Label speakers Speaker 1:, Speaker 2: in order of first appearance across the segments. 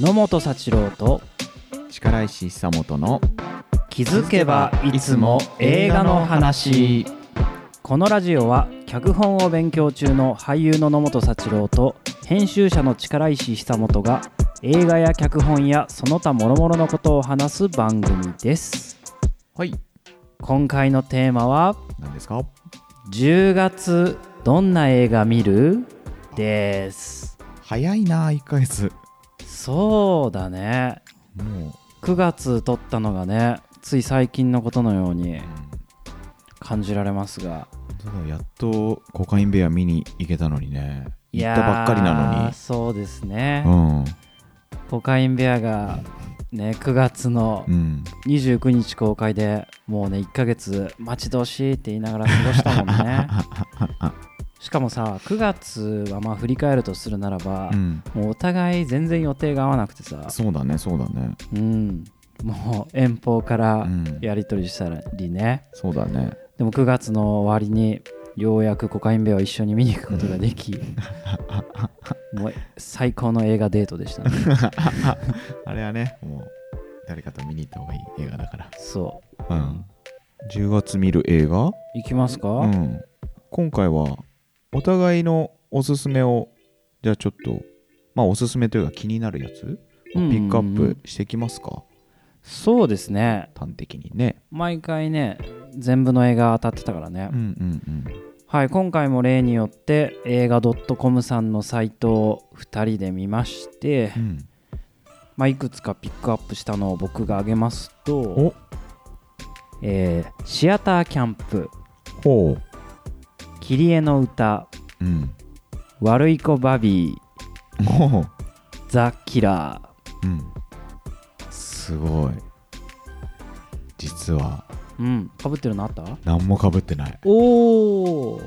Speaker 1: 野本幸郎と
Speaker 2: 力石久本の
Speaker 1: 気づけばいつも映画の話このラジオは脚本を勉強中の俳優の野本幸郎と編集者の力石久本が映画や脚本やその他諸々のことを話す番組です
Speaker 2: はい
Speaker 1: 今回のテーマは
Speaker 2: 何ですか
Speaker 1: 10月どんな映画見るです
Speaker 2: 早いな1ヶ月
Speaker 1: そうだね
Speaker 2: もう、
Speaker 1: 9月撮ったのがねつい最近のことのように感じられますが
Speaker 2: ただやっとコカインベア見に行けたのにね
Speaker 1: い
Speaker 2: 行
Speaker 1: や
Speaker 2: っ
Speaker 1: ー
Speaker 2: たばっかりな
Speaker 1: そうですね、
Speaker 2: のに
Speaker 1: コカインベアがね9月の
Speaker 2: うんうん
Speaker 1: 29日公開でもうね1ヶ月待ち遠しいって言いながら過ごしたもん ねしかもさ9月はまあ振り返るとするならば
Speaker 2: う、ん
Speaker 1: もうお互い全然予定が合わなくてさ
Speaker 2: そうだねそうだね
Speaker 1: うんもう遠方か
Speaker 2: う
Speaker 1: ら
Speaker 2: ん
Speaker 1: やり取りしたりね、
Speaker 2: そうだね
Speaker 1: でも9月の終わりにようやくコカインベアを一緒に見に行くことがで きもう最高の映画デートで したね
Speaker 2: あれはねもう誰かと見に行った方がいい映画だから
Speaker 1: そううん
Speaker 2: ん10月見る映画
Speaker 1: う行きますか、
Speaker 2: うん、今回はお互いのおすすめをじゃあちょっとまあおすすめというか気になるやつピ
Speaker 1: うん
Speaker 2: ックアップしてきますか、
Speaker 1: そうですね
Speaker 2: 端的にね
Speaker 1: 毎回ね全部の映画当たってたからね、
Speaker 2: うんうん
Speaker 1: はい今回も例によって映画 .com さんのサイトを2人で見まして、
Speaker 2: うん
Speaker 1: まあ、いくつかピックアップしたのを僕が挙げますと
Speaker 2: お、
Speaker 1: えーシアターキャンプ
Speaker 2: ほ
Speaker 1: 「キリエの歌
Speaker 2: ううん」
Speaker 1: 「悪い子バビー」
Speaker 2: ほう
Speaker 1: 「ザ・キラ
Speaker 2: うんすごい実は
Speaker 1: ー」うんかぶってるのあった
Speaker 2: 何もかぶってない
Speaker 1: おお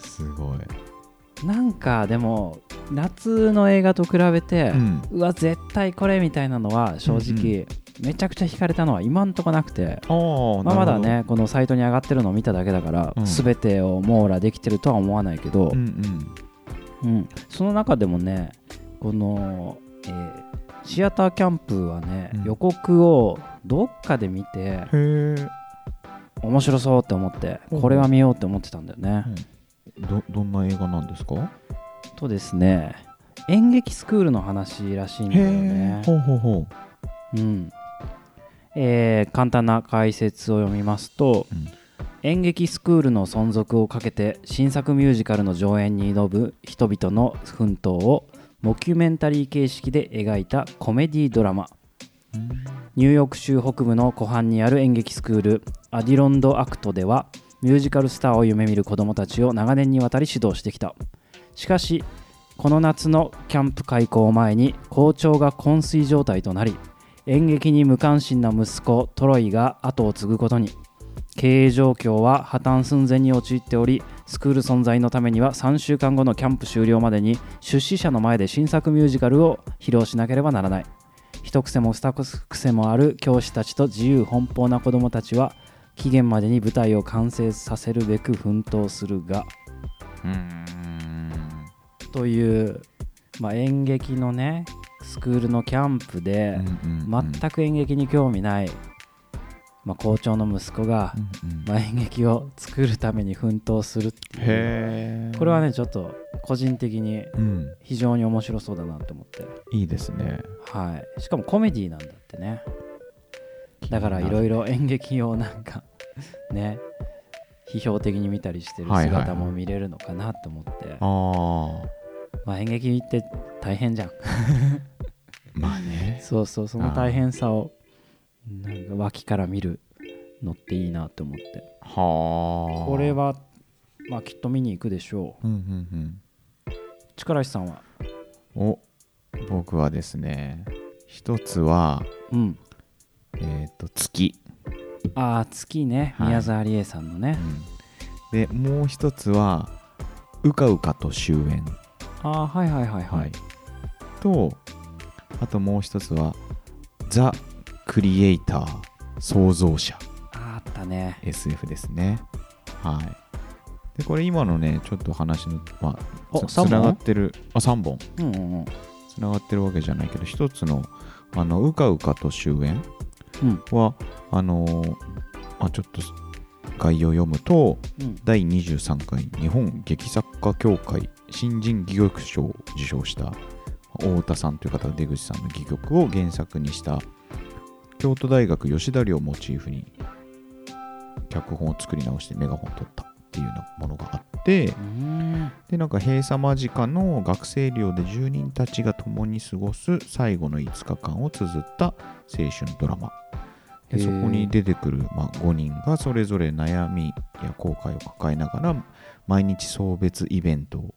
Speaker 2: すごい、
Speaker 1: なんかでも夏の映画と比べて、
Speaker 2: うん、
Speaker 1: うわ絶対これみたいなのは正直、めちゃくちゃ惹かれたのは今んとこなくて、
Speaker 2: あー
Speaker 1: まあ、
Speaker 2: な
Speaker 1: ま
Speaker 2: る
Speaker 1: だ
Speaker 2: ほど
Speaker 1: ねこのサイトに上がってるのを見ただけだから、
Speaker 2: うん
Speaker 1: 全てを網羅できてるとは思わないけど
Speaker 2: う、ん
Speaker 1: うんその中でもねこの、えーシアターキャンプはね、
Speaker 2: うん
Speaker 1: 予告をどっかで見て
Speaker 2: うんへえ
Speaker 1: 面白そうって思って
Speaker 2: うん
Speaker 1: これは見ようって思ってたんだよね、
Speaker 2: どどんな映画なんですか
Speaker 1: とですね演劇スクールの話らしいんだよね
Speaker 2: えほうほうほう
Speaker 1: うんえー簡単な解説を読みますと、
Speaker 2: うん
Speaker 1: 演劇スクールの存続をかけて新作ミュージカルの上演に挑む人々の奮闘をモキュメンタリー形式で描いたコメディドラマ
Speaker 2: うん
Speaker 1: ニューヨーク州北部の湖畔にある演劇スクールアディロンド・アクトではミュージカルスターを夢見る子どもたちを長年にわたり指導してきたしかしこの夏のキャンプ開校を前に校長が昏睡状態となり演劇に無関心な息子トロイが後を継ぐことに経営状況は破綻寸前に陥っておりスクール存在のためには3週間後のキャンプ終了までに出資者の前で新作ミュージカルを披露しなければならない一癖も二癖もある教師たちと自由奔放な子どもたちは期限までに舞台を完成させるべく奮闘するが
Speaker 2: うーん
Speaker 1: という、まあ、演劇のねスクールのキャンプで全く演劇に興味ない、まあ、校長の息子が、まあ、演劇を作るために奮闘するっていう
Speaker 2: へえ
Speaker 1: これはねちょっと個人的に
Speaker 2: うん
Speaker 1: 非常に面白そうだなと思って、
Speaker 2: いいですね
Speaker 1: はい、しかもコメディなんだってねだからいろ
Speaker 2: い
Speaker 1: いろ演劇をなんかね批評的に見たりしてる
Speaker 2: はいはいはい
Speaker 1: 姿も見れるのかなと思って、
Speaker 2: ろああ
Speaker 1: まあ、演劇って大変じゃん
Speaker 2: まあね
Speaker 1: そうそうその大変さをなんか脇から見るのっていいなと思って
Speaker 2: はあ
Speaker 1: これは、まあ、きっと見に行くでしょ
Speaker 2: うんうん
Speaker 1: う力石さんは
Speaker 2: うんお僕はですね一つは
Speaker 1: うん
Speaker 2: えっと月
Speaker 1: ああ月ね、
Speaker 2: はい
Speaker 1: 宮沢りえさんのね
Speaker 2: うんでもう一つはうかうかと終焉
Speaker 1: ああはいはいはいはい、
Speaker 2: はいとあともう一つはザ・クリエイター創造者
Speaker 1: あーあったね
Speaker 2: SF ですね。はい。で、これ今のね、ちょっと話の、まあ、
Speaker 1: お
Speaker 2: つ
Speaker 1: 三本
Speaker 2: つながってる、あ、3本。
Speaker 1: うんうんうん
Speaker 2: つつながってるわけじゃないけど一つのあのうかうかと終焉
Speaker 1: うん
Speaker 2: は、あのーあちょっと概要を読むと
Speaker 1: うん
Speaker 2: 第23回日本劇作家協会新人戯曲賞を受賞した太田さんという方が出口さんの戯曲を原作にした京都大学吉田寮をモチーフに脚本を作り直してメガホンを取ったっていうようなものがあって、
Speaker 1: うん
Speaker 2: でなんか閉鎖間近の学生寮で住人たちが共に過ごす最後の5日間を綴った青春ドラマで
Speaker 1: へー
Speaker 2: そこに出てくる、まあ、5人がそれぞれ悩みや後悔を抱えながら毎日送別イベントを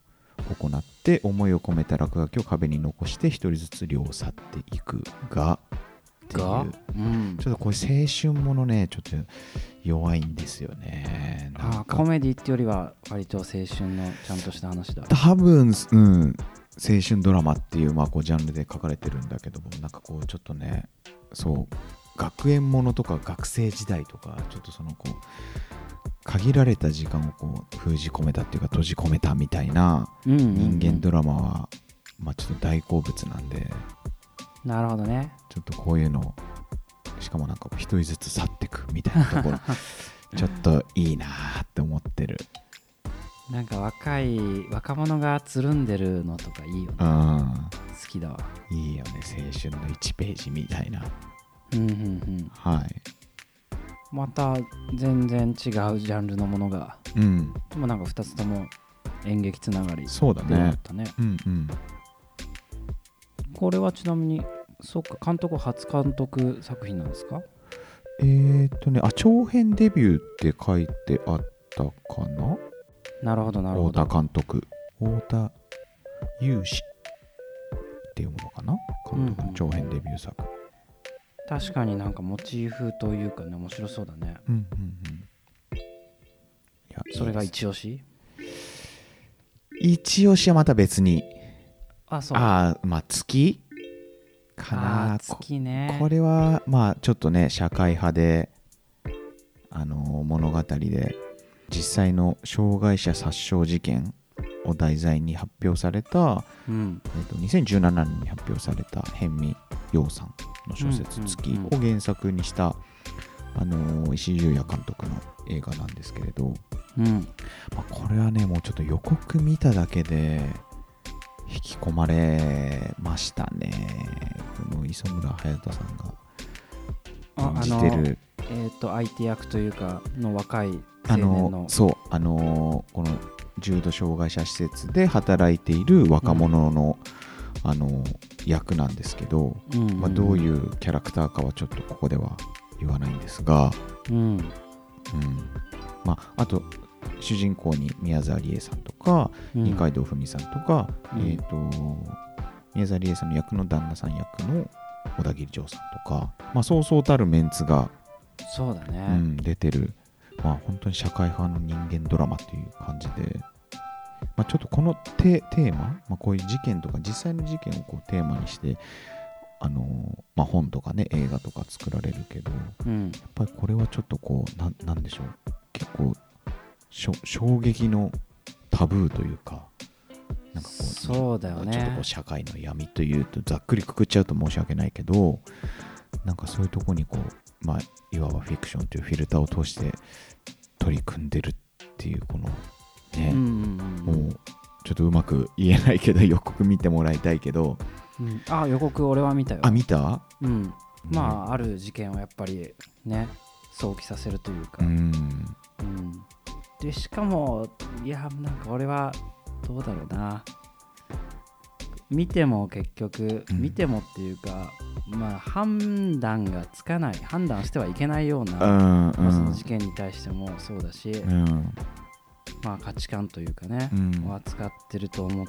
Speaker 2: 行って思いを込めた落書きを壁に残して1人ずつ寮を去っていくがっていう
Speaker 1: が、うん
Speaker 2: ちょっとこれ青春ものねちょっと弱いんですよねなん
Speaker 1: あー
Speaker 2: か
Speaker 1: コメディってよりは割と青春のちゃんとした話だ
Speaker 2: 多分、うん、青春ドラマっていう,、まあ、こうジャンルで書かれてるんだけどもなんかこうちょっとねそう学園ものとか学生時代とかちょっとそのこう限られた時間をこう封じ込めたっていうか閉じ込めたみたいな人
Speaker 1: 人
Speaker 2: 間ドラマは、まあ、ちょっと大好物なんで
Speaker 1: なるほどね
Speaker 2: ちょっとこういうのしかもなんか一人ずつ去ってくみたいなところちょっといいなーって思ってる。
Speaker 1: なんか若い若者がつるんでるのとかいいよね
Speaker 2: うん
Speaker 1: 好きだわ
Speaker 2: いいよね青春の1ページみたいな
Speaker 1: うんうんうん
Speaker 2: はい。
Speaker 1: また全然違うジャンルのものが
Speaker 2: うん。
Speaker 1: でもなんか2つとも演劇つながり
Speaker 2: そうだ
Speaker 1: であ
Speaker 2: ね
Speaker 1: っ。たね
Speaker 2: うんうん。
Speaker 1: これはちなみにそっか監督初監督作品なんですか
Speaker 2: えー、っとね、あ、長編デビューって書いてあったかな
Speaker 1: なるほどなるほ
Speaker 2: 太
Speaker 1: ど
Speaker 2: 田監督。太田雄志っていうものかな監督
Speaker 1: うん
Speaker 2: の
Speaker 1: うん
Speaker 2: 長編デビュー作。
Speaker 1: 確かになんかモチーフというかね面白そうだね
Speaker 2: うんうんうん。いや
Speaker 1: それが
Speaker 2: いいです
Speaker 1: 一押し
Speaker 2: 一押しはまた別に。
Speaker 1: あそう
Speaker 2: ああ、まあ月かな
Speaker 1: あー月ね
Speaker 2: これはまあちょっとね社会派であの物語で実際の障害者殺傷事件を題材に発表された、
Speaker 1: うん
Speaker 2: えっと2017年に発表された辺見陽さんの小説
Speaker 1: う
Speaker 2: 「
Speaker 1: ん
Speaker 2: 月
Speaker 1: うん」
Speaker 2: を原作にした、あの石井裕也監督の映画なんですけれど、
Speaker 1: うん
Speaker 2: まあこれはねもうちょっと予告見ただけで引き込まれましたねこの磯村隼人さんが
Speaker 1: あ
Speaker 2: 演
Speaker 1: あ
Speaker 2: じ
Speaker 1: の
Speaker 2: てる
Speaker 1: えっ、と相手役というかの若い
Speaker 2: あ
Speaker 1: 青年
Speaker 2: の
Speaker 1: の
Speaker 2: そうあのこの重度障害者施設で働いている若者の、あの役なんですけど、
Speaker 1: うんんん
Speaker 2: まあ、どういうキャラクターかはちょっとここでは言わないんですが、
Speaker 1: うん
Speaker 2: うんまあ、あと主人公に宮沢りえさんとか、
Speaker 1: うん
Speaker 2: 二階堂ふみさんとか、
Speaker 1: うん
Speaker 2: えっ、と宮沢りえさんの役の旦那さん役の小田切丈さんとか、まあ、そうそうたるメンツが、
Speaker 1: そうだ
Speaker 2: う
Speaker 1: ね、
Speaker 2: ん、出てる、まあ、本当に社会派の人間ドラマっていう感じで、まあ、ちょっとこのテテーマ、まあ、こういう事件とか実際の事件をこうテーマにして、あのーまあ、本とかね映画とか作られるけどや
Speaker 1: うん
Speaker 2: っぱりこれはちょっとこうなんなんでしょう結構しょ衝撃のタブーというか。なんかこう
Speaker 1: そうだよ
Speaker 2: ちょっとこ
Speaker 1: ね
Speaker 2: う社会の闇というとざっくりくくっちゃうと申し訳ないけどなんかそういうとこにこう、まあ、いわばフィクションというフィルターを通して取り組んでるっていうこの
Speaker 1: うん
Speaker 2: ね、
Speaker 1: うんう
Speaker 2: も
Speaker 1: ん
Speaker 2: うちょっとうまく言えないけど予告見てもらいたいけど
Speaker 1: うんあ予告俺は見たよ
Speaker 2: あ見た
Speaker 1: うん、ま
Speaker 2: あ
Speaker 1: あある事件をやっぱりね想起させるという
Speaker 2: う
Speaker 1: か、
Speaker 2: ん
Speaker 1: うんでしかもいやなんか俺はどうだろうな見ても結局、
Speaker 2: うん
Speaker 1: 見てもっていうかまあ判断がつかない判断してはいけないような、
Speaker 2: うんう
Speaker 1: まあその
Speaker 2: ん
Speaker 1: 事件に対してもそうだし、
Speaker 2: うん
Speaker 1: まあ価値観というかね
Speaker 2: う、ん
Speaker 1: を扱ってると思っ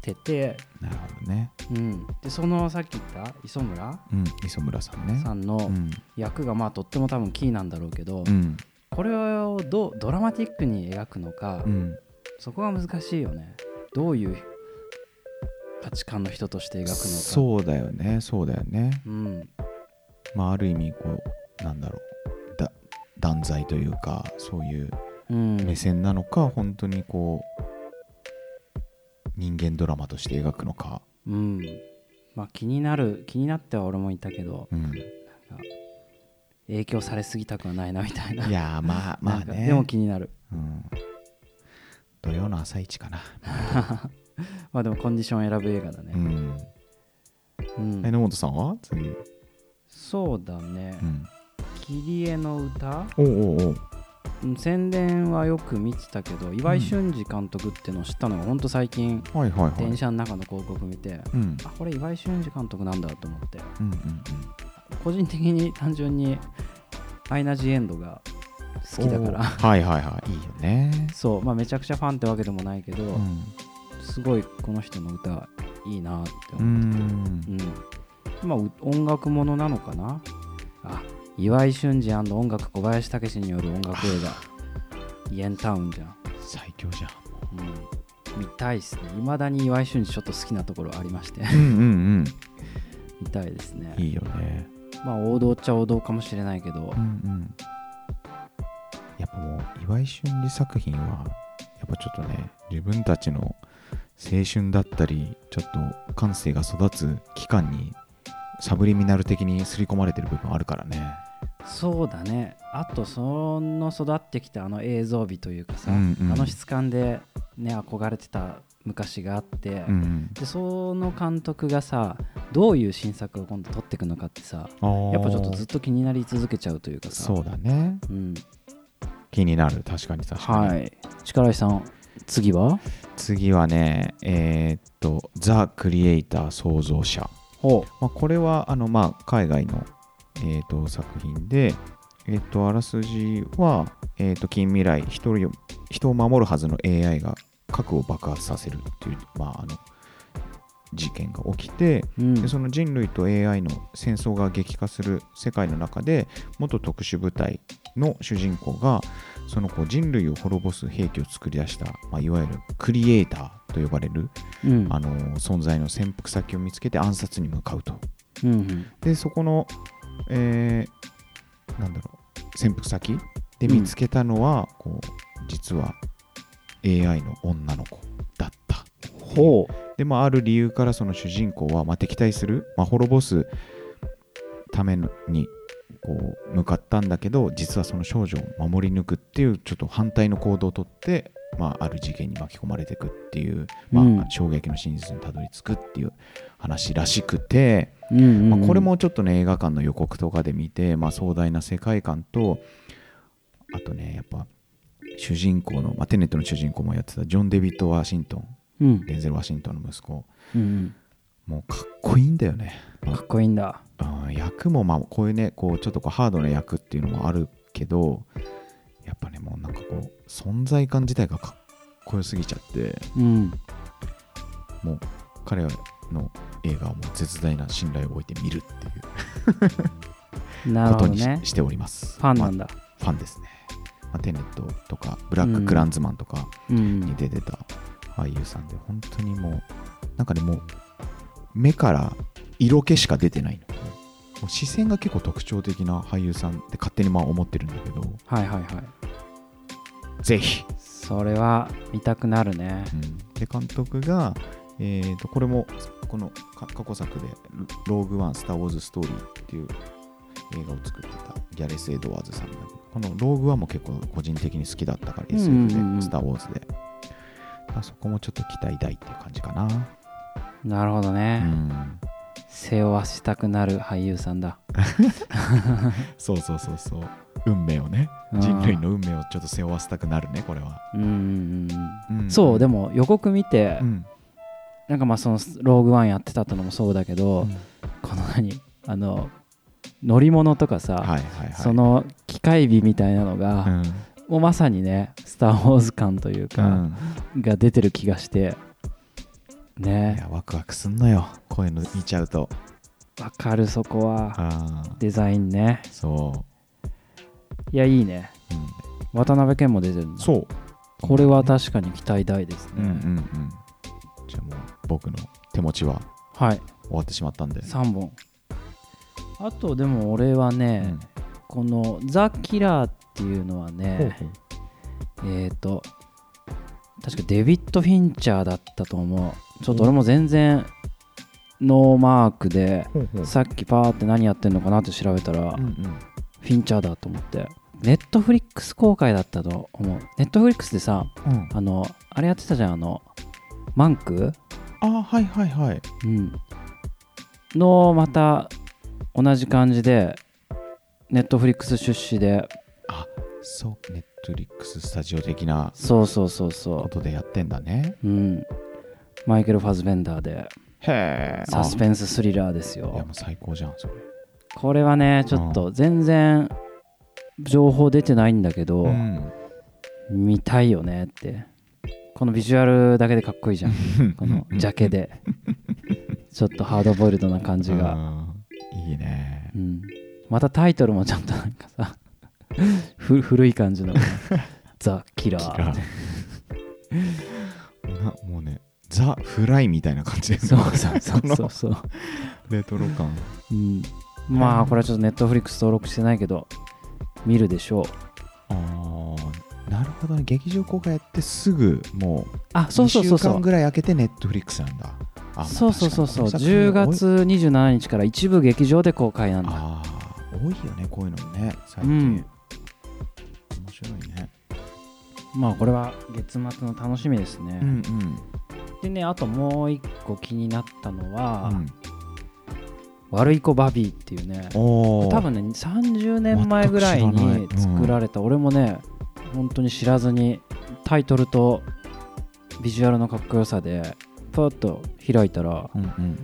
Speaker 1: てて、
Speaker 2: なるほどね、
Speaker 1: うん、でそのさっき言った磯村
Speaker 2: うん、磯村さんね
Speaker 1: さんの
Speaker 2: うん
Speaker 1: 役がまあとっても多分キーなんだろうけど、
Speaker 2: うん
Speaker 1: これをどうドラマティックに描くのか、
Speaker 2: うん
Speaker 1: そこが難しいよねどういう価値観の人として描くのか
Speaker 2: そうだよねそうだよね
Speaker 1: うん、
Speaker 2: まあ、ある意味こうなんだろうだ断罪というかそういう
Speaker 1: うん、
Speaker 2: 目線なのか、本当にこう人間ドラマとして描くのか
Speaker 1: うんまあ気になる気になっては俺もいたけど
Speaker 2: うん、
Speaker 1: 影響されすぎたくはないなみたいない
Speaker 2: やーまあまあ
Speaker 1: なんか
Speaker 2: ね
Speaker 1: でも気になる
Speaker 2: うん、土曜の朝一かな、
Speaker 1: まあでもコンディション選ぶ映画だ
Speaker 2: う
Speaker 1: ね
Speaker 2: ん、
Speaker 1: うん、
Speaker 2: 榎本さんは次、う
Speaker 1: そうだね
Speaker 2: ん、
Speaker 1: 「キリエの歌
Speaker 2: おうおうおう」
Speaker 1: うん宣伝はよく見てたけど岩井俊二監督ってのを知ったのがほんと最近
Speaker 2: はいはいはい
Speaker 1: 電車の中の広告見て
Speaker 2: うんうん
Speaker 1: あこれ岩井俊二監督なんだと思って
Speaker 2: うん
Speaker 1: 個人的に単純にアイナ・ジ・エンドが好きだか
Speaker 2: おー
Speaker 1: ら
Speaker 2: はいはいはいいいよね
Speaker 1: そうまあめちゃくちゃファンってわけでもないけど、
Speaker 2: うん
Speaker 1: すごいこの人の歌いいなって
Speaker 2: う
Speaker 1: 思っててうんまあう音楽ものなのかなあ岩井俊二音楽小林武史による音楽映画「イエンタウン」じゃん、
Speaker 2: 最強じゃん
Speaker 1: うん、見たいっすねいまだに岩井俊二ちょっと好きなところありまして
Speaker 2: うんうん
Speaker 1: 見たいですね
Speaker 2: うんいいよね
Speaker 1: まあ王道っちゃ王道かもしれないけど、
Speaker 2: うんうんやっぱもう岩井俊二作品はやっぱちょっとね自分たちの青春だったりちょっと感性が育つ期間にサブリミナル的に刷り込まれてる部分あるからね
Speaker 1: そうだねあとその育ってきたあの映像美というかさ、
Speaker 2: うんうん
Speaker 1: あの質感でね憧れてた昔があって、
Speaker 2: うん
Speaker 1: でその監督がさどういう新作を今度撮っていくのかってさ
Speaker 2: うん
Speaker 1: やっぱちょっとずっと気になり続けちゃうというかさ
Speaker 2: そうだね
Speaker 1: う、ん、
Speaker 2: 気になる確かに確かに、
Speaker 1: はい力石さん次は
Speaker 2: 次はねえーっとザ・クリエイター創造者
Speaker 1: ほ
Speaker 2: まあ、これはあの、まあ、海外の、えー、と作品で、えー、とあらすじは、えー、と近未来人を人を守るはずの AI が核を爆発させるっていう、まあ、あの事件が起きて
Speaker 1: う、うん
Speaker 2: でその人類と AI の戦争が激化する世界の中で元特殊部隊の主人公がそのこう人類を滅ぼす兵器を作り出した、まあ、いわゆるクリエイターと呼ばれる、
Speaker 1: うん
Speaker 2: あの存在の潜伏先を見つけて暗殺に向かうと。
Speaker 1: うんうん
Speaker 2: でそこの、えーなんだろう潜伏先で見つけたのは、こう実は AI の女の子だった
Speaker 1: ほ
Speaker 2: でもある理由からその主人公は、まあ、敵対する、まあ、滅ぼすためのにこう向かったんだけど実はその少女を守り抜くっていうちょっと反対の行動をとって、まあ、ある事件に巻き込まれていくっていう、まあ
Speaker 1: うん
Speaker 2: 衝撃の真実にたどり着くっていう話らしくて、
Speaker 1: う、うんうんうん
Speaker 2: まあ、これもちょっとね映画館の予告とかで見て、まあ、壮大な世界観とあとねやっぱ主人公の、まあ、テネットの主人公もやってたジョン・デビッド・ワシントン
Speaker 1: うん
Speaker 2: デンゼル・ワシントンの息子
Speaker 1: うん
Speaker 2: もうかっこいいんだよね、
Speaker 1: うん、かっこいいんだ
Speaker 2: うん、役もまあこういうねこうちょっとこうハードな役っていうのもあるけどやっぱねもうなんかこう存在感自体がかっこよすぎちゃって
Speaker 1: うん
Speaker 2: 彼の映画はもう絶大な信頼を置いて見るっていう
Speaker 1: な
Speaker 2: こ
Speaker 1: るほ
Speaker 2: と
Speaker 1: ど
Speaker 2: にし,、
Speaker 1: ね
Speaker 2: ております
Speaker 1: ファン
Speaker 2: ま
Speaker 1: な
Speaker 2: あ
Speaker 1: んだ、
Speaker 2: ファンですね。まあ、テネットとか、ブラック・クランズマンとか
Speaker 1: うん
Speaker 2: に出てた俳優さんで、本当にもう、なんかね、もう、目から色気しか出てないの。もう視線が結構特徴的な俳優さんって勝手にまあ思ってるんだけど、
Speaker 1: はいはいはい
Speaker 2: ぜひ、
Speaker 1: それは見たくなるね
Speaker 2: うんで、監督が、えー、とこれもこのか過去作で「ロローグ・ワン・スター・ウォーズ・ストーリー」っていう映画を作ってたギャレス・エドワーズさんだけどこの「ローグ・ワン」も結構個人的に好きだったから
Speaker 1: うん
Speaker 2: SF で「
Speaker 1: うんうん
Speaker 2: スター・ウォーズで」あそこもちょっと期待大っていう感じかな、
Speaker 1: なるほどね、
Speaker 2: うん、
Speaker 1: 背負わしたくなる俳優さんだ
Speaker 2: そうそうそうそう運命をね
Speaker 1: うん
Speaker 2: 人類の運命をちょっと背負わせたくなるねこれは、
Speaker 1: うんうんうん
Speaker 2: う
Speaker 1: うんんそうで
Speaker 2: も、
Speaker 1: も予告見て、
Speaker 2: うん
Speaker 1: なんかまあそのローグワンやってたってのもそうだけど、
Speaker 2: うん
Speaker 1: この何あの乗り物とかさ、
Speaker 2: はいはいはい
Speaker 1: そ、の機械美みたいなのが、
Speaker 2: うん
Speaker 1: もうまさにね「スター・ウォーズ」感という
Speaker 2: う
Speaker 1: か、
Speaker 2: ん、
Speaker 1: が出てる気がして
Speaker 2: い
Speaker 1: ね
Speaker 2: やワクワクすんのよこういうの見ちゃうと
Speaker 1: わかるそこは
Speaker 2: ああ
Speaker 1: デザインね
Speaker 2: そ
Speaker 1: いやいいね
Speaker 2: う、
Speaker 1: 渡辺謙も出てるんだ
Speaker 2: そう
Speaker 1: これは確かに期待大です
Speaker 2: う
Speaker 1: ね、
Speaker 2: んうんうんじゃあもう僕の手持ちは
Speaker 1: はい
Speaker 2: 終わってしまったんで
Speaker 1: 3本あとでも俺はね、
Speaker 2: うん
Speaker 1: この「ザ・キラー」っていうのはねえっ、と確かデビッド・フィンチャーだったと思うちょっと俺も全然ノーマークで
Speaker 2: ほうほう
Speaker 1: さっきパーって何やってんのかなって調べたら、
Speaker 2: うんうん
Speaker 1: フィンチャーだと思ってネットフリックス公開だったと思うネットフリックスでさ
Speaker 2: うん
Speaker 1: あのあれやってたじゃんあのマンク、
Speaker 2: あはいはいはい
Speaker 1: うん、のまた同じ感じでネットフリックス出資で
Speaker 2: そうネットリックススタジオ的な
Speaker 1: そうそうそう
Speaker 2: こ
Speaker 1: そ
Speaker 2: とでやってんだね
Speaker 1: う、うん、マイケル・ファズベンダーで
Speaker 2: へえ
Speaker 1: サスペンススリラーです
Speaker 2: いや
Speaker 1: よ
Speaker 2: もう最高じゃんそれ
Speaker 1: これはねちょっと全然情報出てないんだけど、
Speaker 2: ん
Speaker 1: 見たいよねってこのビジュアルだけでかっこいいじゃん このジャケでちょっとハードボイルドな感じが、
Speaker 2: うんいいね
Speaker 1: うん、またタイトルもちゃんとなんかさ ふ古い感じ の「ザ・キラ
Speaker 2: キ
Speaker 1: ー
Speaker 2: ラ」ーな もうねザ・フライみたいな感じで
Speaker 1: そうそう そうそうそう、
Speaker 2: レトロ感
Speaker 1: うん、まあこれはちょっとネットフリックス登録してないけど見るでしょう
Speaker 2: あーなるほどね劇場公開やってすぐもう
Speaker 1: あそうそうそ
Speaker 2: 2
Speaker 1: う
Speaker 2: 週
Speaker 1: そう
Speaker 2: 間ぐらい空けてネットフリックスなんだあ
Speaker 1: そうそうそうそう
Speaker 2: まあ確かに
Speaker 1: 10月27日から一部劇場で公開なんだ
Speaker 2: ああ多いよねこういうのもね最
Speaker 1: う
Speaker 2: 近、
Speaker 1: ん
Speaker 2: 面白いね
Speaker 1: まあこれは月末の楽しみですね、
Speaker 2: うんうん
Speaker 1: でねあともう一個気になったのは「
Speaker 2: うん
Speaker 1: 悪い子バビー」っていうね
Speaker 2: おー
Speaker 1: 多分ね30年前ぐらい
Speaker 2: 全
Speaker 1: に
Speaker 2: く知らないうん
Speaker 1: 作られた、俺もね本当に知らずにタイトルとビジュアルのかっこよさでパッと開いたら
Speaker 2: うんうん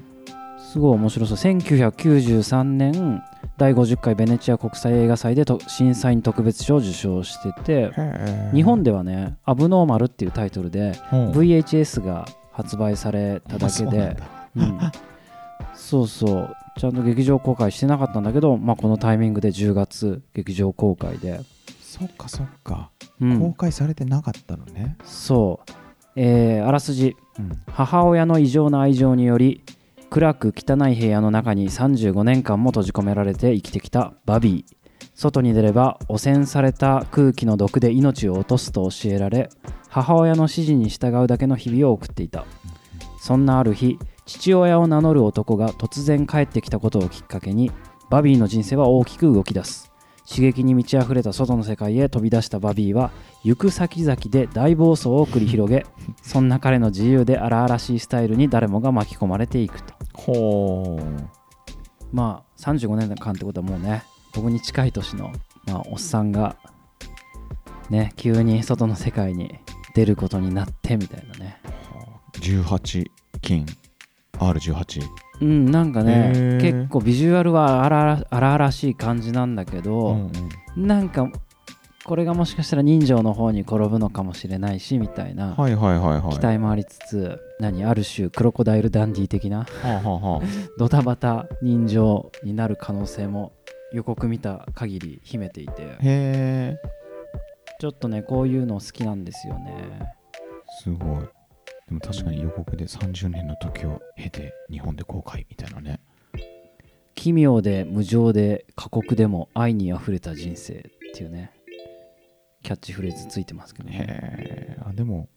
Speaker 1: すごい面白そう1993年第50回ベネチア国際映画祭でと審査員特別賞を受賞してて
Speaker 2: へー
Speaker 1: 日本ではね「アブノーマル」っていうタイトルで
Speaker 2: ほう
Speaker 1: VHS が発売されただ
Speaker 2: あそ
Speaker 1: け
Speaker 2: うなん
Speaker 1: で
Speaker 2: だ
Speaker 1: うん、そうそうちゃんと劇場公開してなかったんだけど、まあ、このタイミングで10月劇場公開で、
Speaker 2: そっかそっか、
Speaker 1: う
Speaker 2: 公
Speaker 1: ん、
Speaker 2: 開されてなかったのね
Speaker 1: そう、えーあらすじ
Speaker 2: うん
Speaker 1: 母親の異常な愛情により暗く汚い部屋の中に35年間も閉じ込められて生きてきたバビー外に出れば汚染された空気の毒で命を落とすと教えられ母親の指示に従うだけの日々を送っていたそんなある日父親を名乗る男が突然帰ってきたことをきっかけにバビーの人生は大きく動き出す刺激に満ち溢れた外の世界へ飛び出したバビーは行く先々で大暴走を繰り広げそんな彼の自由で荒々しいスタイルに誰もが巻き込まれていくと
Speaker 2: ほう
Speaker 1: まあ35年間ってことはもうね僕に近い年の、まあ、おっさんがね急に外の世界に出ることになってみたいなね
Speaker 2: 18金 R18
Speaker 1: うんなんか
Speaker 2: へ
Speaker 1: ね
Speaker 2: ー
Speaker 1: 結構ビジュアルは荒々荒々しい感じなんだけ
Speaker 2: う
Speaker 1: ど、
Speaker 2: ん
Speaker 1: なんかこれがもしかしたら人情の方に転ぶのかもしれないしみたいな、
Speaker 2: はいはいはいはい
Speaker 1: 期待もありつつ何ある種クロコダイルダンディ的な
Speaker 2: はあはあはあ
Speaker 1: ドタバタ人情になる可能性も予告見た限り秘めていて
Speaker 2: へえ
Speaker 1: ちょっとねこういうの好きなんですよね
Speaker 2: すごいでも確かに予告で30年の時を経て日本で公開みたいなね
Speaker 1: 奇妙で無情で過酷でも愛にあふれた人生っていうねキャッチフレーズついてますけどね
Speaker 2: へえあでも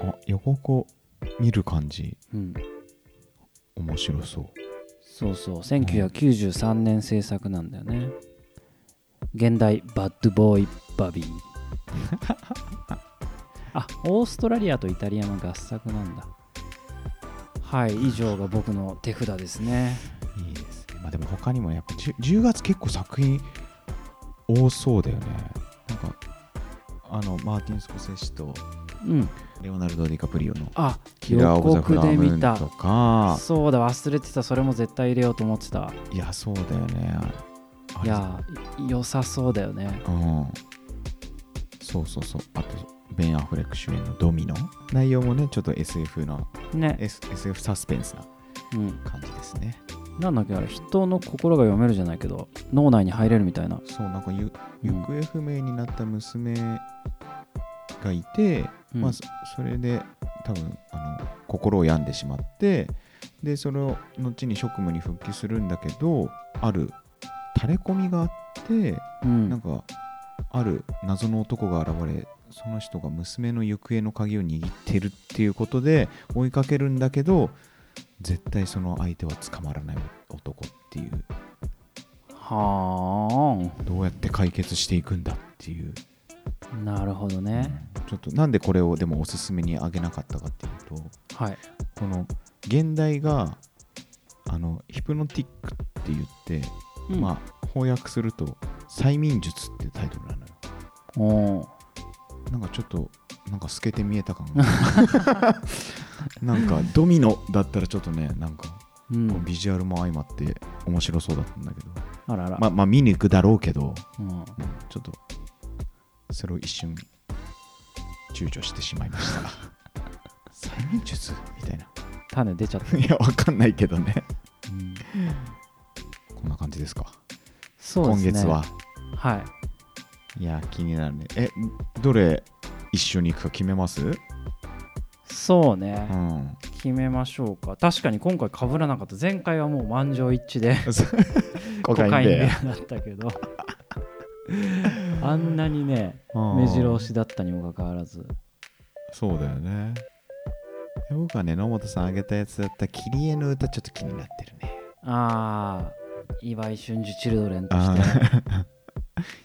Speaker 2: あ予告を見る感じ
Speaker 1: うん
Speaker 2: 面白そう
Speaker 1: そうそう1993年制作なんだよね現代バッドボーイバビー あオーストラリアとイタリアの合作なんだはい以上が僕の手札ですね
Speaker 2: いいですねまあでも他にもやっぱ 10, 10月結構作品多そうだよねなんかあのマーティン・スコセッシと
Speaker 1: うん
Speaker 2: レオナルド・ディカプリオの
Speaker 1: あ
Speaker 2: キ
Speaker 1: 予
Speaker 2: ラー・オブ・ザ・フ
Speaker 1: 告
Speaker 2: ラ
Speaker 1: で
Speaker 2: ーム
Speaker 1: 見
Speaker 2: ーン
Speaker 1: た
Speaker 2: とか
Speaker 1: そうだ忘れてたそれも絶対入れようと思ってた
Speaker 2: いやそうだよねあれ
Speaker 1: いやー良さそうだよね
Speaker 2: うんそうそうそうあとベン・アフレック主演のドミノ内容もねちょっと SF な、
Speaker 1: ね、
Speaker 2: S、SF サスペンスな
Speaker 1: うん、
Speaker 2: 感じですね
Speaker 1: なんだっけあれ人の心が読めるじゃないけど脳内に入れるみたいな
Speaker 2: そうなんかゆ
Speaker 1: う
Speaker 2: 行
Speaker 1: ん
Speaker 2: 方不明になった娘がいて、
Speaker 1: うん
Speaker 2: まあ、そそれで多分あの心を病んでしまってでそれを後に職務に復帰するんだけどある垂れ込みがあって
Speaker 1: うん
Speaker 2: なんかある謎の男が現れその人が娘の行方の鍵を握ってるっていうことで追いかけるんだけど絶対その相手は捕まらない男っていう
Speaker 1: は
Speaker 2: どうやって解決していくんだっていう、
Speaker 1: あなるほど
Speaker 2: うん
Speaker 1: ね、
Speaker 2: ちょっとなんでこれをでもおすすめにあげなかったかっていうと
Speaker 1: はい
Speaker 2: この現代があのヒプノティックって言って、まあ翻訳すると催眠術ってタイトルなのよ
Speaker 1: あおー
Speaker 2: なんかちょっとなんか透けて見えた感が なんかドミノだったらちょっとねなん
Speaker 1: う
Speaker 2: かこうんビジュアルも相まって面白そうだったんだけど、
Speaker 1: あらあら、
Speaker 2: まあまあ見に行くだろうけど、
Speaker 1: うん
Speaker 2: うんちょっとそれを一瞬躊躇してしまいました催眠術みたいな
Speaker 1: 種出ちゃった、
Speaker 2: いやわかんないけどね
Speaker 1: うん
Speaker 2: こんな感じですか
Speaker 1: そうですね
Speaker 2: 今月は
Speaker 1: はい
Speaker 2: いや気になるねえどれ一緒に行くか決めますうん
Speaker 1: そうね、決めましょうか確かに今回かぶらなかった前回はもう満場一致で
Speaker 2: コ
Speaker 1: コ
Speaker 2: カ
Speaker 1: カ
Speaker 2: イ
Speaker 1: イ
Speaker 2: ン
Speaker 1: ン
Speaker 2: で
Speaker 1: ベアだったけどあんなにね目白押しだったにもかかわらず
Speaker 2: そうだよねえ僕はね野本さんあげたやつだった切り絵の歌ちょっと気になってるね
Speaker 1: ああ岩井俊二チルドレンと
Speaker 2: あ
Speaker 1: して
Speaker 2: ー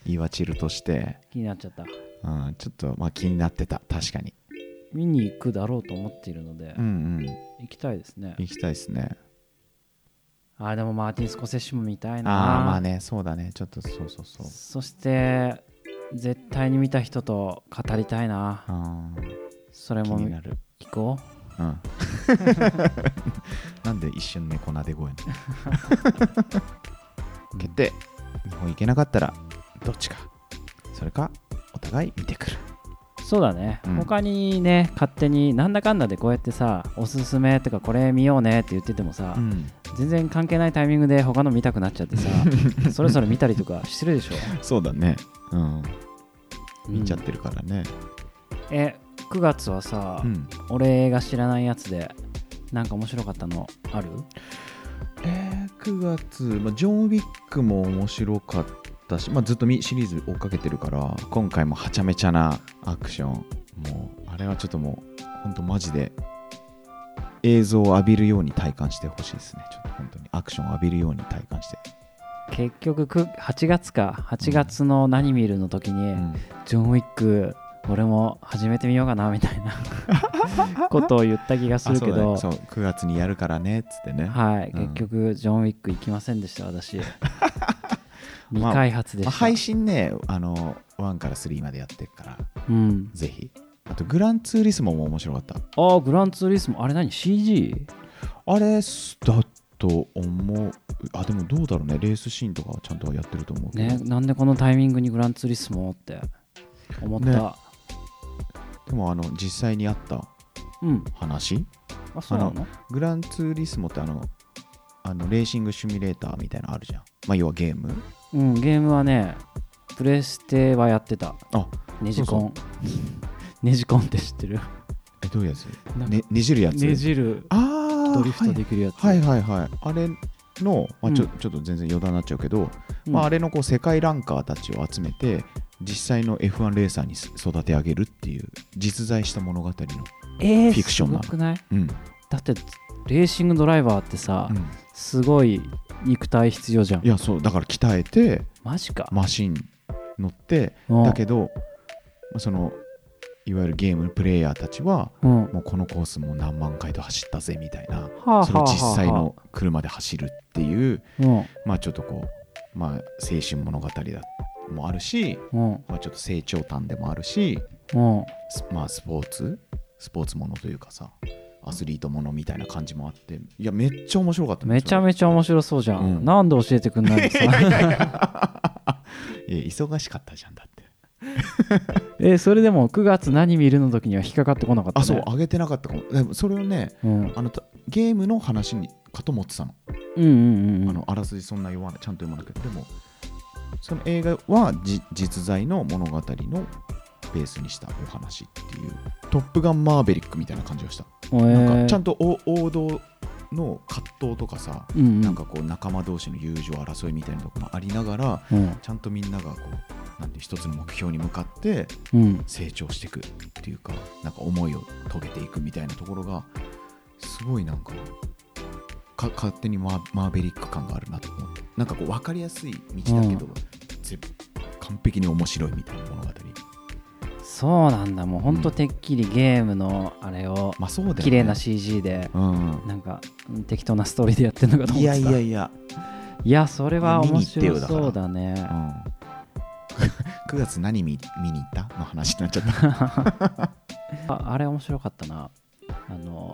Speaker 2: 岩チルとして、
Speaker 1: 気になっちゃった
Speaker 2: うん、ちょっとまあ気になってた確かに
Speaker 1: 見に行くだろうと思っているので、
Speaker 2: うんうん
Speaker 1: 行きたいですね
Speaker 2: 行きたいですね
Speaker 1: あーでもマーティン・スコセッシも見たいな
Speaker 2: ああまあねそうだねちょっとそうそうそう
Speaker 1: そして絶対に見た人と語りたいな
Speaker 2: あー
Speaker 1: それ
Speaker 2: 気
Speaker 1: も
Speaker 2: になる
Speaker 1: 聞こ
Speaker 2: うん なんで一瞬猫なで 声なの
Speaker 1: う
Speaker 2: 決定日本行けなかったらどっちかそれかお互い見てくる
Speaker 1: そうだね、
Speaker 2: うん
Speaker 1: 他にね勝手になんだかんだでこうやってさおすすめとかこれ見ようねって言っててもさ、
Speaker 2: ん
Speaker 1: 全然関係ないタイミングで他の見たくなっちゃって さそれぞれ見たりとかしてるでしょ
Speaker 2: そうだねうん 見ちゃっ
Speaker 1: うん
Speaker 2: てるからね
Speaker 1: え9月はさ、
Speaker 2: うん
Speaker 1: 俺が知らないやつでなんか面白かったのある
Speaker 2: えー、9月、まあ、ジョン・ウィックも面白かったし、まあ、ずっとみシリーズ追っかけてるから今回もはちゃめちゃなアクションもうあれはちょっともう本当マジで映像を浴びるように体感してほしいですねちょっと本当にアクションを浴びるように体感して、
Speaker 1: 結局く8月か8月の何見るの時に、
Speaker 2: うん
Speaker 1: ジョン・ウィック俺も始めてみようかなみたいな ことを言った気がす
Speaker 2: あ
Speaker 1: る
Speaker 2: そ
Speaker 1: け
Speaker 2: うだ
Speaker 1: ど、
Speaker 2: ねそう9月にやるからねっつってね、
Speaker 1: はい、
Speaker 2: うん
Speaker 1: 結局ジョン・ウィック行きませんでした 私
Speaker 2: まあ
Speaker 1: 未開発で
Speaker 2: まあ、
Speaker 1: した、
Speaker 2: 配信ねあの1から3までやってるから
Speaker 1: うん、
Speaker 2: ぜひあとグランツーリスモも面白かった
Speaker 1: ああグランツーリスモあれ何 CG?
Speaker 2: あれすだと思うあでもどうだろうねレースシーンとかはちゃんとやってると思うけど
Speaker 1: ねなんでこのタイミングにグランツーリスモって思った、
Speaker 2: ねでもあの実際にあった
Speaker 1: うん
Speaker 2: 話
Speaker 1: あそうなの
Speaker 2: グランツーリスモってあのあのレーシングシミュレーターみたいなのあるじゃんまあ要はゲーム
Speaker 1: うんゲームはねプレステはやってた
Speaker 2: あ
Speaker 1: ネジコン ネジコンって知ってる
Speaker 2: えどういうやつ
Speaker 1: なんか
Speaker 2: ねねじるやつ
Speaker 1: ねじる
Speaker 2: ああ
Speaker 1: ドリフトできるやつ、
Speaker 2: はいはいはいはいあれの、まあ、ちょ
Speaker 1: うん
Speaker 2: ちょっと全然余談になっちゃうけど、
Speaker 1: うん
Speaker 2: まあ、あれのこう世界ランカーたちを集めて実際の F1 レーサーに育て上げるっていう実在した物語の、
Speaker 1: えー、
Speaker 2: フィクションな
Speaker 1: すごくない
Speaker 2: うん
Speaker 1: だってレーシングドライバーってさ、
Speaker 2: うん、
Speaker 1: すごい肉体必要じゃん
Speaker 2: いやそうだから鍛えて
Speaker 1: マジか、
Speaker 2: マシン乗って
Speaker 1: うん
Speaker 2: だけどそのいわゆるゲームのプレイヤーたちは
Speaker 1: うんは
Speaker 2: もうこのコースもう何万回と走ったぜみたいな
Speaker 1: あはあはあはあ
Speaker 2: それを実際の車で走るっていう
Speaker 1: うん
Speaker 2: まあちょっとこうまあ青春物語だもあるし
Speaker 1: うん
Speaker 2: まあちょっと成長譚でもあるし
Speaker 1: うん
Speaker 2: スまあスポーツスポーツものというかさアスリートものみたいな感じもあっていやめっちゃ面白かったね
Speaker 1: めちゃめちゃ面白そうじゃん、
Speaker 2: うん
Speaker 1: なんで教えてくんないのさ
Speaker 2: いや忙しかったじゃんだって
Speaker 1: えそれでも9月何見るの時には引っかかってこなかった、ね、
Speaker 2: あそう上げてなかったかもでもそれをね
Speaker 1: うん、うん
Speaker 2: あのたゲームの話にかと思ってたの,、
Speaker 1: うんうんうん
Speaker 2: あのあらすじそんな言わないちゃんと読まなくてでもその映画はじ実在の物語のベースにしたお話っていう「トップガンマーベリック」みたいな感じがした、なん
Speaker 1: え
Speaker 2: か
Speaker 1: ー
Speaker 2: ちゃんとお王道の葛藤とかさ、
Speaker 1: うんうん
Speaker 2: なんかこう仲間同士の友情争いみたいなとこもありながら
Speaker 1: うん
Speaker 2: ちゃんとみんながこうなんて一つの目標に向かって
Speaker 1: うん
Speaker 2: 成長していくっていうかなんか思いを遂げていくみたいなところがすごいなんかか勝手にマーマーベリック感があるなと思ってなんかこう分かりやすい道だけど、全部完璧に面白いみたいな物語
Speaker 1: そうなんだもうほんとてっきりゲームのあれを
Speaker 2: まあそうだよね
Speaker 1: 綺麗な CG で
Speaker 2: うん
Speaker 1: なんかうん適当なストーリーでやってるのかと思
Speaker 2: い
Speaker 1: って
Speaker 2: や
Speaker 1: た
Speaker 2: いやいや、
Speaker 1: いやそれは
Speaker 2: 見
Speaker 1: 面
Speaker 2: に行ってよ
Speaker 1: 白そうだね
Speaker 2: うん、9月何見見に行ったの話になっちゃった
Speaker 1: ああれ面白かったなあの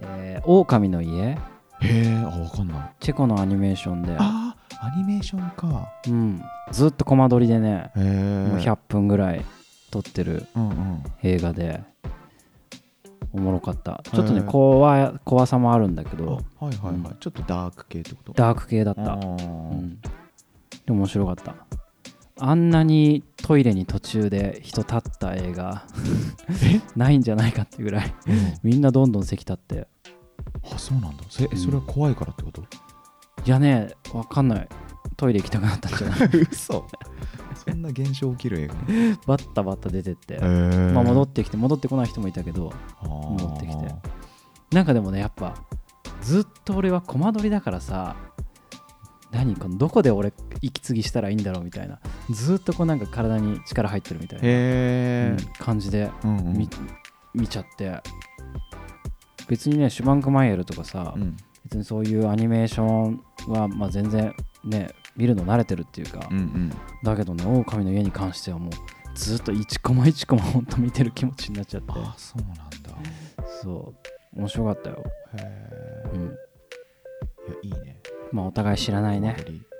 Speaker 1: えー狼の家
Speaker 2: へえ、あ、わかんない。
Speaker 1: チェコのアニメーションで、
Speaker 2: ああ、アニメーションか。
Speaker 1: うん、ずっとコマ撮りでね、
Speaker 2: へえ。
Speaker 1: もう100分ぐらい撮ってる
Speaker 2: うんうん。
Speaker 1: 映画でおもろかったちょっとね
Speaker 2: へー
Speaker 1: 怖い怖さもあるんだけ
Speaker 2: あ
Speaker 1: ど
Speaker 2: はいはいは
Speaker 1: う
Speaker 2: い。ちょっとダーク系ってこと
Speaker 1: ダーク系だっ
Speaker 2: あ
Speaker 1: た、う
Speaker 2: ー
Speaker 1: ん、でも面白かったあんなにトイレに途中で人立った映画 ないんじゃないかっていうぐらい
Speaker 2: うん
Speaker 1: みんなどんどん席立って
Speaker 2: あ、そうなんだ。それ
Speaker 1: うん
Speaker 2: それは怖いからってこと
Speaker 1: いやねわかんないトイレ行きたくなったんじゃない
Speaker 2: 嘘そんな現象起きる映画
Speaker 1: バッタバッタ出てって、
Speaker 2: へえ
Speaker 1: まあ、戻っててきて戻ってこない人もいたけど戻
Speaker 2: 戻
Speaker 1: ってきてなんかでもねやっぱずっと俺はコマ撮りだからさ何このどこで俺息継ぎしたらいいんだろうみたいなずっとこうなんか体に力入ってるみたいな、
Speaker 2: へえ
Speaker 1: うん感じで
Speaker 2: うんうん
Speaker 1: 見,、見ちゃって別にねシュバンクマイエルとかさ、
Speaker 2: うん
Speaker 1: 別にそういうアニメーションは、まあ、全然ね見るの慣れてるっていうか、
Speaker 2: うんうん
Speaker 1: だけどね狼の家に関してはもうずっと1コマ1コマほんと見てる気持ちになっちゃって
Speaker 2: あそうなんだ
Speaker 1: そう面白かったよ、
Speaker 2: へ
Speaker 1: うん、
Speaker 2: えいやいいね
Speaker 1: まあお互い知らないね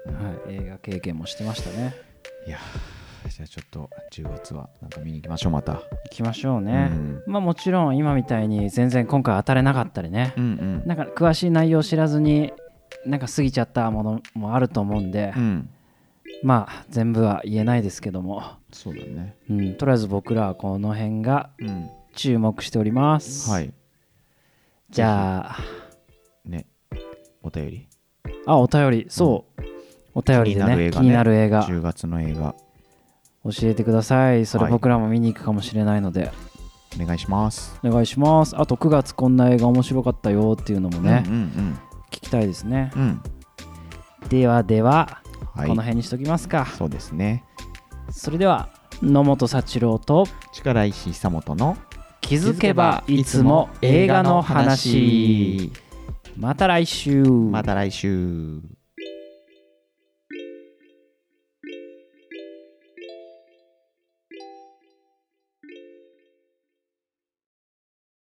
Speaker 2: 戻、り
Speaker 1: はい、映画経験もしてましたね
Speaker 2: いやーじゃあちょっと10月はなんか見に行きましょうまた
Speaker 1: 行きましょう
Speaker 2: う
Speaker 1: ね、
Speaker 2: ん
Speaker 1: まあもちろん今みたいに全然今回当たれなかったりね
Speaker 2: う、んうん
Speaker 1: なんか詳しい内容知らずになんか過ぎちゃったものもあると思うんで、
Speaker 2: うん、
Speaker 1: まあ全部は言えないですけども、
Speaker 2: そうだね。
Speaker 1: うん、とりあえず僕らはこの辺が
Speaker 2: うん、
Speaker 1: 注目しております、
Speaker 2: はい。
Speaker 1: じゃあ
Speaker 2: ね、お便り。
Speaker 1: あお便りそう、お便りでね気
Speaker 2: 気
Speaker 1: に
Speaker 2: に
Speaker 1: な
Speaker 2: な
Speaker 1: る映画
Speaker 2: 10月の映画、
Speaker 1: 教えてくださいそれ
Speaker 2: はい
Speaker 1: 僕らも見に行くかもしれないので、
Speaker 2: お願いします。
Speaker 1: お願いしますあと9月こんな映画面白かったよっていうのもね、
Speaker 2: うん
Speaker 1: 聞きたいですね
Speaker 2: うんうん。うん。
Speaker 1: ではでは、
Speaker 2: はい。
Speaker 1: この辺にしときますか
Speaker 2: そうですね。
Speaker 1: それでは野本幸郎と
Speaker 2: 力石久本の
Speaker 1: 気づけばいつも映画の話
Speaker 2: いつも映画の話
Speaker 1: また来週
Speaker 2: また来週。